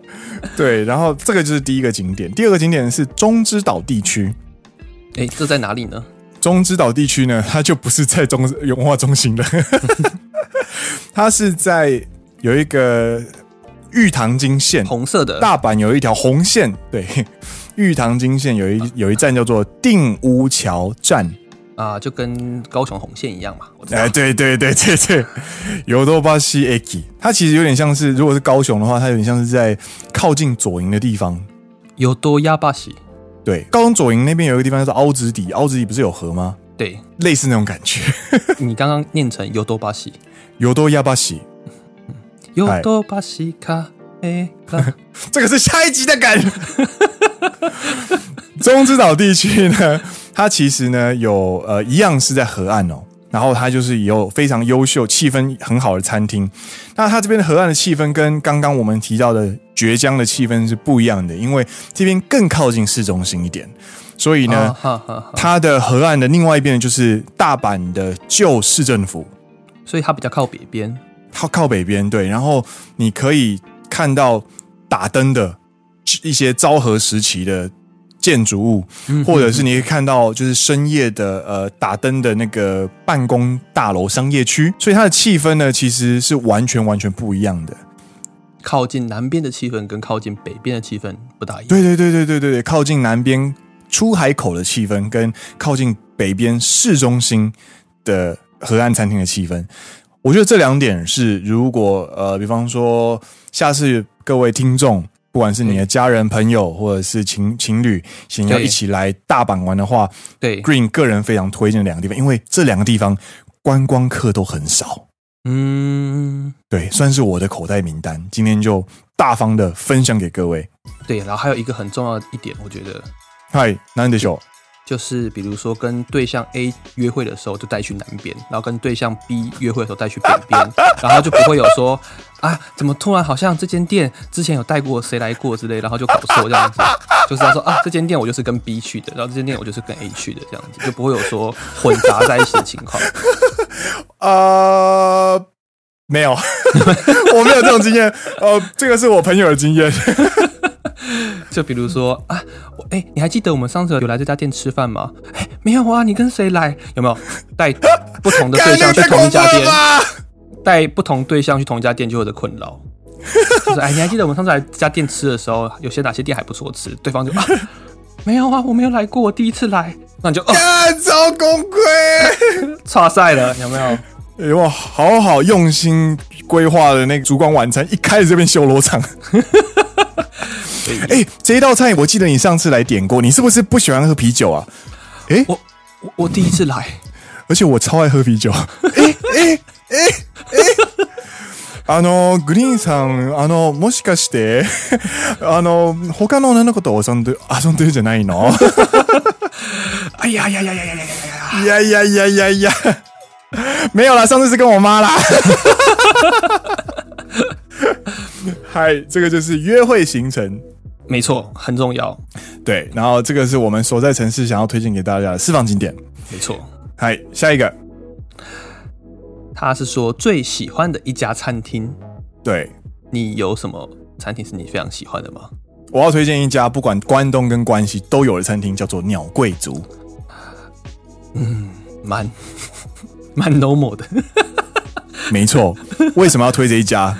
[SPEAKER 1] 对，然后这个就是第一个景点，第二个景点是中之岛地区。
[SPEAKER 2] 哎，这在哪里呢？
[SPEAKER 1] 中之岛地区呢， 它就不是在中文化中心了， 它是在有一个玉堂津线，
[SPEAKER 2] 红色的，
[SPEAKER 1] 大阪有一条红线，对， 玉堂津线有一有一站叫做定屋桥站。
[SPEAKER 2] 啊，就跟高雄红线一样嘛。我知道
[SPEAKER 1] 哎，对对对对对，尤多巴西 Aki，它其实有点像是，如果是高雄的话，它有点像是在靠近左营的地方。
[SPEAKER 2] 有多亚巴西，
[SPEAKER 1] 对，高雄左营那边有一个地方叫做凹子底，凹子底不是有河吗？
[SPEAKER 2] 对
[SPEAKER 1] 类似那种感觉。
[SPEAKER 2] 你刚刚念成有多巴西，
[SPEAKER 1] 有多亚巴西，
[SPEAKER 2] 有多巴西卡诶 拉，
[SPEAKER 1] 这个是下一集的梗。中之岛地区呢，它其实呢有呃一样是在河岸哦，然后它就是也有非常优秀、气氛很好的餐厅。那它这边的河岸的气氛跟刚刚我们提到的绝江的气氛是不一样的，因为这边更靠近市中心一点，所以呢，
[SPEAKER 2] 啊哈哈哈，
[SPEAKER 1] 它的河岸的另外一边就是大阪的旧市政府。
[SPEAKER 2] 所以它比较靠北边，
[SPEAKER 1] 它靠北边，对，然后你可以看到打灯的一些昭和时期的建筑物，或者是你可以看到就是深夜的呃打灯的那个办公大楼商业区，所以它的气氛呢其实是完全完全不一样的。
[SPEAKER 2] 靠近南边的气氛跟靠近北边的气氛不大一样。
[SPEAKER 1] 对对对对对对对，靠近南边出海口的气氛，跟靠近北边市中心的河岸餐厅的气氛，我觉得这两点是，如果呃，比方说下次各位听众，不管是你的家人、朋友，或者是情情侣，想要
[SPEAKER 2] 对
[SPEAKER 1] 一起来大阪玩的话
[SPEAKER 2] 对，
[SPEAKER 1] ，Green 个人非常推荐的两个地方，因为这两个地方观光客都很少。
[SPEAKER 2] 嗯，
[SPEAKER 1] 对，算是我的口袋名单，今天就大方的分享给各位。
[SPEAKER 2] 对。然后还有一个很重要的一点，我觉得
[SPEAKER 1] 嗨，なんでしょう。
[SPEAKER 2] 就是比如说跟对象 A 约会的时候就带去南边，然后跟对象 B 约会的时候带去北边， 然后就不会有说啊，怎么突然好像这间店之前有带过谁来过之类，然后就搞错这样子，就是他说啊，这间店我就是跟 B 去的，然后这间店我就是跟 A 去的这样子，就不会有说混杂在一起的情况。
[SPEAKER 1] 呃，没有， 我没有这种经验。呃，这个是我朋友的经验。
[SPEAKER 2] 就比如说啊，我哎、你还记得我们上次有来这家店吃饭吗？哎、没有啊，你跟谁来？有没有带不同的 对象去同一家店？
[SPEAKER 1] 吧！
[SPEAKER 2] 带不同对象去同一家店就有的困 扰。就是哎，你还记得我们上次来这家店吃的时候，有些哪些店还不错吃？对方 就啊，没有啊，我没有来过，我第一次来。那你 就哦，
[SPEAKER 1] 干超功亏，
[SPEAKER 2] 差赛了，有没有？
[SPEAKER 1] 哎我好好用心规划的那个烛光晚餐，一开始就变修罗场。
[SPEAKER 2] 所以
[SPEAKER 1] 哎、这一道菜我记得你上次来点过，你是不是不喜欢喝啤酒啊？
[SPEAKER 2] 我我我第一次来，
[SPEAKER 1] 而且我超爱喝啤酒。ええええあのグリーンさんあのもしかして あの他の女の子と遊んで遊んでるじゃないの？
[SPEAKER 2] 哎呀呀呀呀呀呀呀呀！
[SPEAKER 1] いやいやいやいやいや，没有啦，上次是跟我妈啦。嗨，这个就是约会行程。
[SPEAKER 2] 没错，很重要，
[SPEAKER 1] 对，然后这个是我们所在城市想要推荐给大家的私房景点。
[SPEAKER 2] 没错。
[SPEAKER 1] 嗨，下一个，
[SPEAKER 2] 他是说最喜欢的一家餐厅，
[SPEAKER 1] 对，
[SPEAKER 2] 你有什么餐厅是你非常喜欢的吗？
[SPEAKER 1] 我要推荐一家不管关东跟关西都有的餐厅，叫做鸟贵族。
[SPEAKER 2] 蛮 蛮 normal 的，
[SPEAKER 1] 没错，为什么要推这一家？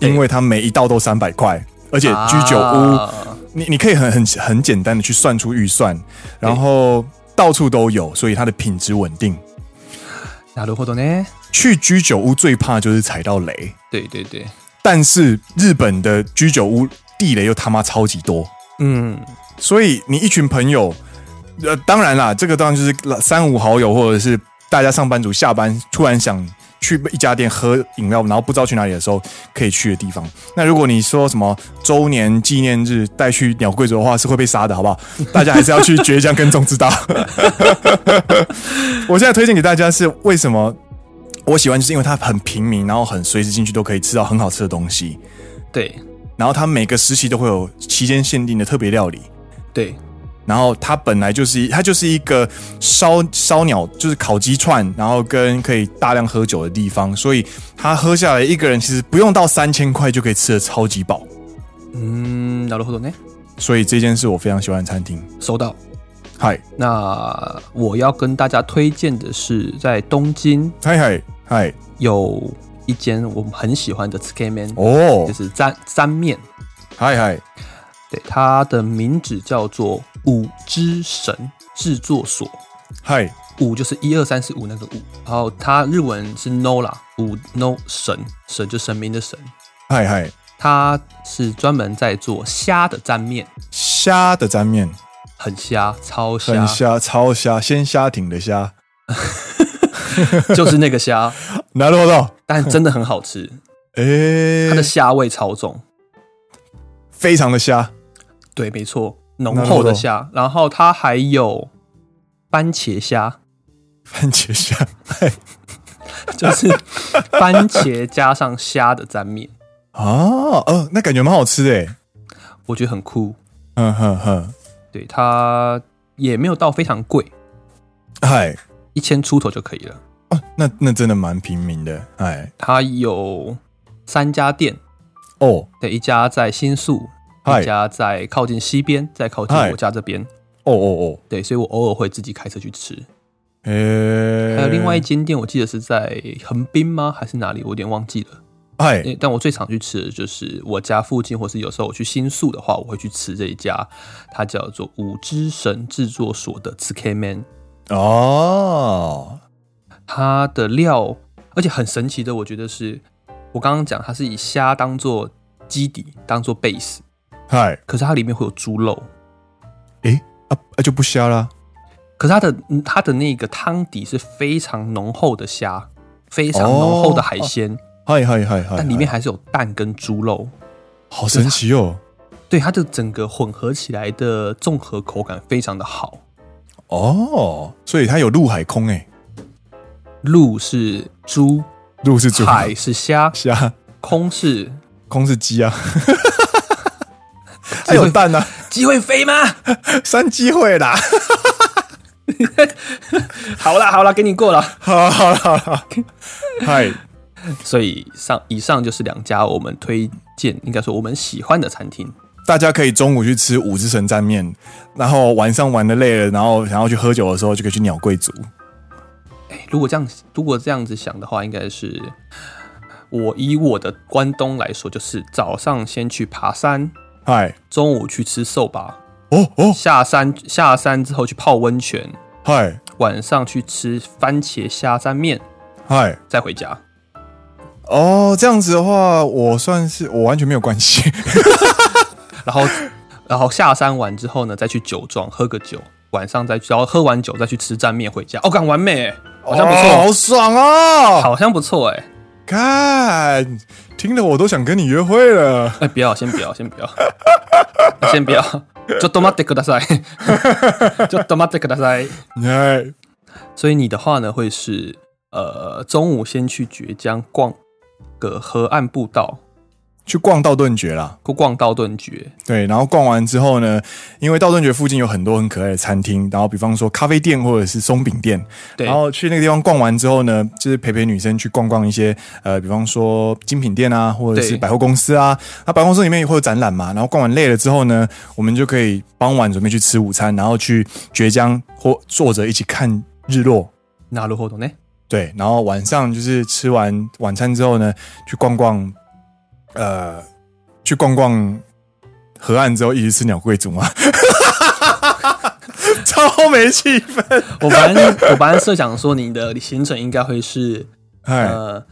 [SPEAKER 1] 因为它每一道都三百块，而且居酒屋，
[SPEAKER 2] 啊
[SPEAKER 1] 你你可以很很很简单的去算出预算，然后到处都有，所以它的品质稳定。
[SPEAKER 2] なるほどね。
[SPEAKER 1] 去居酒屋最怕就是踩到雷，
[SPEAKER 2] 对对对，
[SPEAKER 1] 但是日本的居酒屋地雷又他妈超级多，
[SPEAKER 2] 嗯，
[SPEAKER 1] 所以你一群朋友，呃，当然啦，这个当然就是三五好友或者是大家上班族下班突然想去一家店喝饮料，然后不知道去哪里的时候可以去的地方。那如果你说什么周年纪念日带去鸟贵族的话，是会被杀的，好不好？大家还是要去倔强跟中之道。 我现在推荐给大家是为什么我喜欢，就是因为它很平民，然后很随时进去都可以吃到很好吃的东西，
[SPEAKER 2] 对
[SPEAKER 1] 然后它每个时期都会有期间限定的特别料理。
[SPEAKER 2] 对，
[SPEAKER 1] 然后它本来就是一它就是一个烧烧鸟，就是烤鸡串，然后跟可以大量喝酒的地方，所以它喝下来一个人其实不用到三千块就可以吃的超级饱，
[SPEAKER 2] 嗯，なるほどね，
[SPEAKER 1] 所以这件事我非常喜欢的餐厅。
[SPEAKER 2] 收到。
[SPEAKER 1] 嗨
[SPEAKER 2] 那我要跟大家推荐的是，在东京
[SPEAKER 1] 嗨嗨嗨
[SPEAKER 2] 有一间我们很喜欢的 s k a m a n
[SPEAKER 1] 哦
[SPEAKER 2] 就是沾沾面，
[SPEAKER 1] 嗨嗨
[SPEAKER 2] 对，它的名字叫做五之神制作所，
[SPEAKER 1] 嗨
[SPEAKER 2] 五就是一二三四五那个五，然后它日文是 no 啦，五 no 神神就神明的神，
[SPEAKER 1] 嗨嗨
[SPEAKER 2] 它是专门在做虾的沾面，
[SPEAKER 1] 虾的沾面
[SPEAKER 2] 很虾，超虾，
[SPEAKER 1] 很虾超虾鲜虾艇的虾，
[SPEAKER 2] 就是那个虾，
[SPEAKER 1] 拿落到
[SPEAKER 2] 但真的很好吃，
[SPEAKER 1] 诶
[SPEAKER 2] 它的虾味超重。
[SPEAKER 1] 非常的虾
[SPEAKER 2] 对，没错，浓厚的虾。然后它还有番茄虾，
[SPEAKER 1] 番茄虾，嗨
[SPEAKER 2] 就是 番茄加上虾的沾面，
[SPEAKER 1] 啊呃那感觉蛮好吃的诶，
[SPEAKER 2] 我觉得很酷。
[SPEAKER 1] 嗯哼哼
[SPEAKER 2] 对，它也没有到非常贵，
[SPEAKER 1] 嗨。
[SPEAKER 2] 一千出头就可以了。
[SPEAKER 1] 哦，那那真的蛮平民的，哎，
[SPEAKER 2] 它有三家店，
[SPEAKER 1] 哦
[SPEAKER 2] 对，一家在新宿，
[SPEAKER 1] 嗨
[SPEAKER 2] 一家在靠近西边，再靠近
[SPEAKER 1] 嗨
[SPEAKER 2] 我家这边。
[SPEAKER 1] 哦哦哦，
[SPEAKER 2] 对，所以我偶尔会自己开车去吃。
[SPEAKER 1] 诶、
[SPEAKER 2] 还有另外一间店，我记得是在横滨吗？还是哪里？我有点忘记了。
[SPEAKER 1] 哎
[SPEAKER 2] 因为但我最常去吃的就是我家附近，或是有时候我去新宿的话，我会去吃这一家，它叫做五之神制作所的 t s k m a n
[SPEAKER 1] 哦，
[SPEAKER 2] 它的料，而且很神奇的，我觉得是我刚刚讲它是以虾当做基底，当做 base，
[SPEAKER 1] 嗨，
[SPEAKER 2] 可是它里面会有猪肉，
[SPEAKER 1] 诶、啊啊就不瞎啦，
[SPEAKER 2] 可是它的嗯它的那个汤底是非常浓厚的虾，非常浓厚的海鲜，
[SPEAKER 1] 嗨嗨嗨嗨，
[SPEAKER 2] 但里面
[SPEAKER 1] 嗨
[SPEAKER 2] 还是有蛋跟猪肉。
[SPEAKER 1] 好神奇哦，
[SPEAKER 2] 对它的整个混合起来的综合口感非常的好，
[SPEAKER 1] 哦，所以它有陆海空诶，
[SPEAKER 2] 鹿是猪，
[SPEAKER 1] 陆是猪，
[SPEAKER 2] 海是虾，
[SPEAKER 1] 虾，
[SPEAKER 2] 空是
[SPEAKER 1] 空是 鸡啊，还有蛋啊，
[SPEAKER 2] 机会飞吗？
[SPEAKER 1] 三机会啦，
[SPEAKER 2] 好啦好啦，给你过了。
[SPEAKER 1] 好啦好啦好啦，嗨，
[SPEAKER 2] 所以上以上就是两家我们推荐，应该说我们喜欢的餐厅。
[SPEAKER 1] 大家可以中午去吃五之神蘸面，然后晚上玩的累了，然后想要去喝酒的时候，就可以去鸟贵族。
[SPEAKER 2] 哎，如果这样如果这样子想的话，应该是我以我的关东来说，就是早上先去爬山，
[SPEAKER 1] 嗨，
[SPEAKER 2] 中午去吃寿吧，
[SPEAKER 1] 哦哦，
[SPEAKER 2] 下山下山之后去泡温泉，
[SPEAKER 1] 嗨
[SPEAKER 2] 晚上去吃番茄虾沾面，
[SPEAKER 1] 嗨，
[SPEAKER 2] 再回家。
[SPEAKER 1] 哦，这样子的话，我算是我完全没有关系。
[SPEAKER 2] 然后 然后下山完之后呢，再去酒庄喝个酒，晚上再去，然后喝完酒再去吃沾面回家。哦，干完美欸， 好像不
[SPEAKER 1] 哦
[SPEAKER 2] 错，
[SPEAKER 1] 好爽哦！，
[SPEAKER 2] 好像不错哎。
[SPEAKER 1] 看，听得我都想跟你约会了。
[SPEAKER 2] 哎，不要，先不要，先不要， 先不要。就多马德克大赛， 就多马德克大赛。
[SPEAKER 1] 哎，
[SPEAKER 2] 所以你的话呢，会是呃中午先去绝江逛个河岸步道，
[SPEAKER 1] 去逛道顿崛啦。
[SPEAKER 2] 逛逛道顿崛。
[SPEAKER 1] 对，然后逛完之后呢，因为道顿崛附近有很多很可爱的餐厅，然后比方说咖啡店或者是松饼店，
[SPEAKER 2] 对
[SPEAKER 1] 然后去那个地方逛完之后呢，就是陪陪女生去逛逛一些呃，比方说精品店啊，或者是
[SPEAKER 2] 对
[SPEAKER 1] 百货公司啊。那百货公司里面也会有展览嘛，然后逛完累了之后呢，我们就可以傍晚准备去吃午餐，然后去绝江或坐着一起看日落。
[SPEAKER 2] なるほどね。
[SPEAKER 1] 对，然后晚上就是吃完晚餐之后呢，去逛逛，呃，去逛逛河岸之后一起吃鸟贵族嘛。 超没气氛。
[SPEAKER 2] 我本来我本来设想说你的行程应该会是
[SPEAKER 1] 哎、
[SPEAKER 2] 呃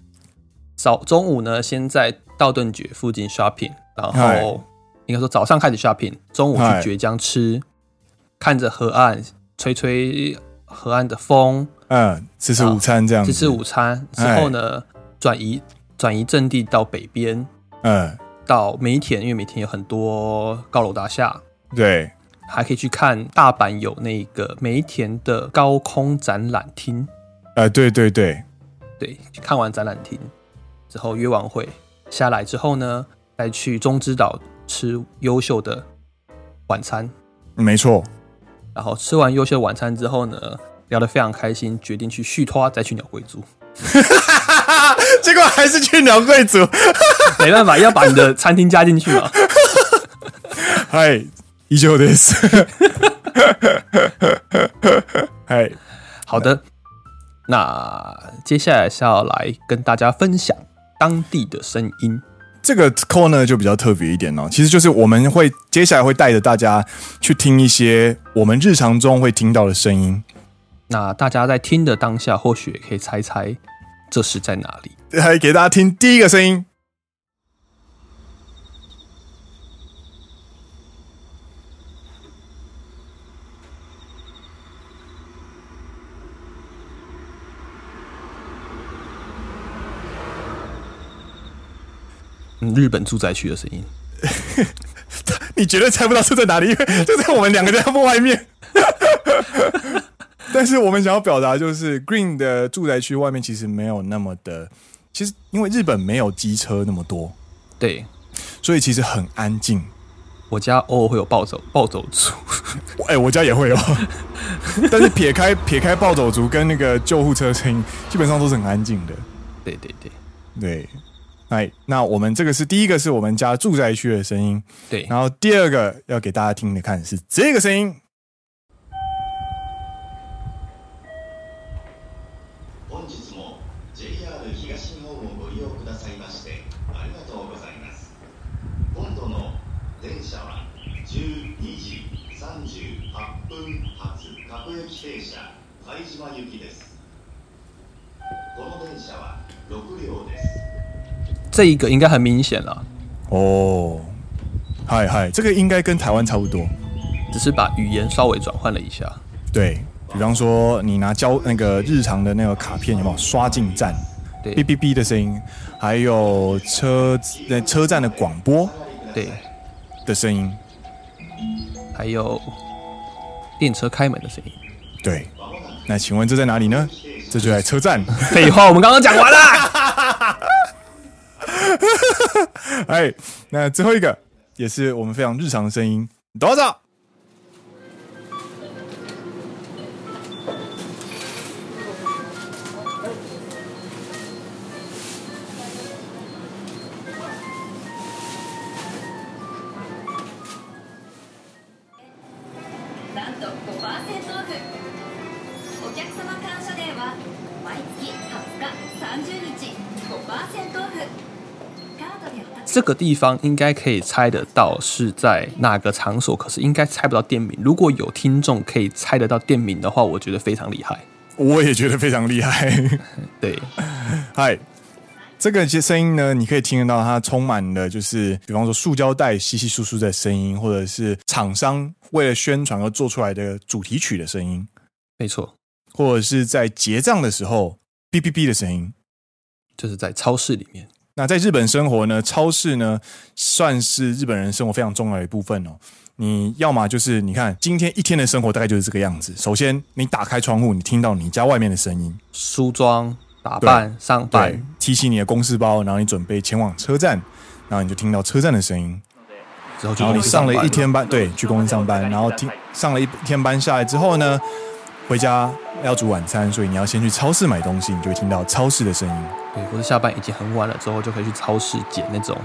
[SPEAKER 2] 早中午呢，先在道顿崛附近 shopping，然
[SPEAKER 1] 嗨
[SPEAKER 2] 后应该说早上开始 shopping，中午
[SPEAKER 1] 嗨
[SPEAKER 2] 去绝江吃，看着河岸吹吹河岸的风，
[SPEAKER 1] 嗯，吃吃午餐这样子，
[SPEAKER 2] 吃吃午餐之
[SPEAKER 1] 嗨
[SPEAKER 2] 后呢，转移转移阵地到北边，
[SPEAKER 1] 嗯，
[SPEAKER 2] 到梅田，因为梅田有很多高楼大厦，
[SPEAKER 1] 对，
[SPEAKER 2] 还可以去看大阪有那个梅田的高空展览厅，
[SPEAKER 1] 呃，对对对，
[SPEAKER 2] 对，看完展览厅之后约完会下来之后呢，再去中之岛吃优秀的晚餐，
[SPEAKER 1] 没错，
[SPEAKER 2] 然后吃完优秀的晚餐之后呢，聊得非常开心，决定去续拖再去鸟贵族，
[SPEAKER 1] 结果还是去鸟贵族，
[SPEAKER 2] 没办法，要把你的餐厅加进去嘛。
[SPEAKER 1] 嗨，依旧です嗨，
[SPEAKER 2] 好的，那接下来是要来跟大家分享当地的声音。
[SPEAKER 1] 这个 corner 就比较特别一点哦，其实就是我们会接下来会带着大家去听一些我们日常中会听到的声音，
[SPEAKER 2] 那大家在听的当下，或许也可以猜猜这是在哪里。
[SPEAKER 1] 来给大家听第一个声音，
[SPEAKER 2] 嗯，日本住宅区的声音，
[SPEAKER 1] 你绝对猜不到是在哪里， 因为就在我们两个家门外面。 但是我们想要表达就是 Green 的住宅区外面其实没有那么的，其实因为日本没有机车那么多，
[SPEAKER 2] 对
[SPEAKER 1] 所以其实很安静。
[SPEAKER 2] 我家偶尔会有暴走暴走 族，
[SPEAKER 1] 我哎、我家也会有， 但是撇开撇开暴走族跟那个救护车声音，基本上都是很安静的。
[SPEAKER 2] 对对对
[SPEAKER 1] 对，哎，那我们这个是第一个是我们家住宅区的声音，
[SPEAKER 2] 对，
[SPEAKER 1] 然后第二个要给大家听的看是这个声音，
[SPEAKER 4] 本日も JR 東日本をご利用くださいましてありがとうございます今度の電車は12時38分発各駅停車貝島行きですこの電車は6両です
[SPEAKER 2] 这一个应该很明显了，
[SPEAKER 1] 哦，嗨嗨，这个应该跟台湾差不多。
[SPEAKER 2] 只是把语言稍微转换了一下。
[SPEAKER 1] 对比方说，你拿胶那个日常的那个卡片有没有刷进站？
[SPEAKER 2] 对
[SPEAKER 1] 哔哔哔的声音，还有车子呃车站的广播
[SPEAKER 2] 对，
[SPEAKER 1] 的声音。
[SPEAKER 2] 还有电车开门的声音。
[SPEAKER 1] 对，那请问这在哪里呢？这就在车站。
[SPEAKER 2] 废话，我们刚刚讲完啦。
[SPEAKER 1] 哎，那最后一个也是我们非常日常的声音，多少？
[SPEAKER 5] なんと5%オフお客様感謝デーは毎月20日30日5%オフカードでお
[SPEAKER 2] 这个地方应该可以猜得到是在哪个场所，可是应该猜不到店名。如果有听众可以猜得到店名的话，我觉得非常厉害。
[SPEAKER 1] 我也觉得非常厉害。
[SPEAKER 2] 对，
[SPEAKER 1] 嗨，这个些声音呢，你可以听得到，它充满了就是，比方说塑胶袋稀稀疏疏的声音，或者是厂商为了宣传而做出来的主题曲的声音，
[SPEAKER 2] 没错，
[SPEAKER 1] 或者是在结账的时候哔哔哔的声音。
[SPEAKER 2] 就是在超市里面。
[SPEAKER 1] 那在日本生活呢，超市呢算是日本人生活非常重要的一部分哦。你要么就是你看今天一天的生活大概就是这个样子。首先，你打开窗户，你听到你家外面的声音，
[SPEAKER 2] 梳妆、打扮、上
[SPEAKER 1] 对
[SPEAKER 2] 班，，
[SPEAKER 1] 提起你的公事包，然后你准备前往车站，然后你就听到车站的声音，
[SPEAKER 2] 之后就
[SPEAKER 1] 然后你
[SPEAKER 2] 去
[SPEAKER 1] 上了
[SPEAKER 2] 班
[SPEAKER 1] 一，天班，对，去公司上班，然后听上了一天班下来之后呢，回家要煮晚餐，所以你要先去超市买东西，你就会听到超市的声音，
[SPEAKER 2] 对，或者下班已经很晚了之后，就可以去超市捡那种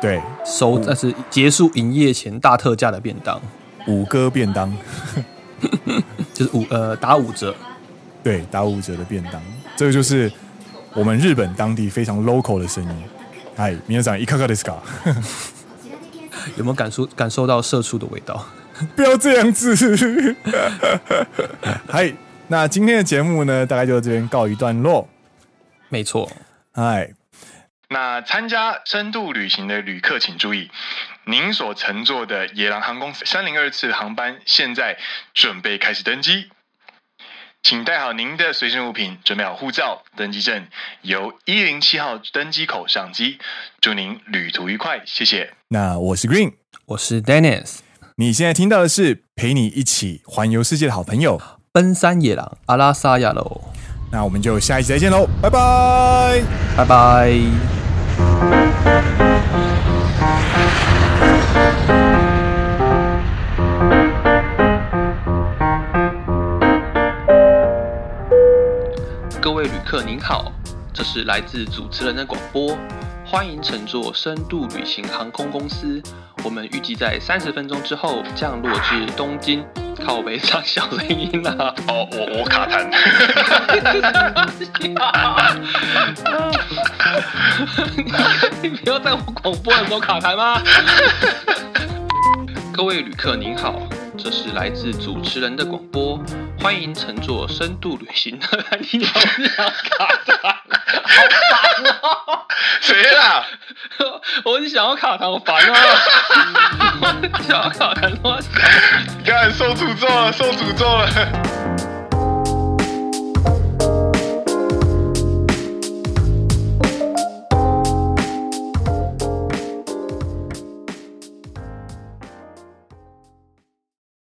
[SPEAKER 1] 对，
[SPEAKER 2] 收，但是结束营业前大特价的便当，
[SPEAKER 1] 五哥便当，
[SPEAKER 2] 就是五呃打五折。
[SPEAKER 1] 对，打五折的便当，这个就是我们日本当地非常 local 的声音。 嗨，皆さんいかがですか？
[SPEAKER 5] 得こちらで検索
[SPEAKER 2] 有没有感受感受到社畜的味道？
[SPEAKER 6] 不要这样 子。嗨，那今天的节目呢，大概就到这边告一段落。
[SPEAKER 7] 没错，
[SPEAKER 6] 嗨，
[SPEAKER 1] 那参加深度旅行的旅客请注意，您所乘坐的野狼航空三零二次航班现在准备开始登机，请带好您的随身物品，准备好护照、登机证，由一零七号登机口上机。祝您旅途愉快，谢谢。
[SPEAKER 6] 那我是 Green，
[SPEAKER 7] 我是 Dennis，
[SPEAKER 6] 你现在听到的是陪你一起环游世界的好朋友。
[SPEAKER 7] 奔山野狼阿拉萨亚喽，
[SPEAKER 6] 那我们就下一期再见喽，拜拜。
[SPEAKER 7] 拜拜。
[SPEAKER 2] 各位旅客您好，这是来自主持人的广播，欢迎乘坐深度旅行航空公司。我们预计在三十分钟之后降落至东京。靠北上小声音啦、
[SPEAKER 1] 哦，我我卡痰。
[SPEAKER 2] 你不要在我广播的时候卡痰吗？ 各位旅客您好，这是来自主持人的广播，欢迎乘坐深度旅行的你要不要卡 痰？
[SPEAKER 1] 谁啊啦？
[SPEAKER 2] 我是想要卡痰，我烦 啊！我想要卡痰，我
[SPEAKER 1] 看受诅咒了，受诅咒了。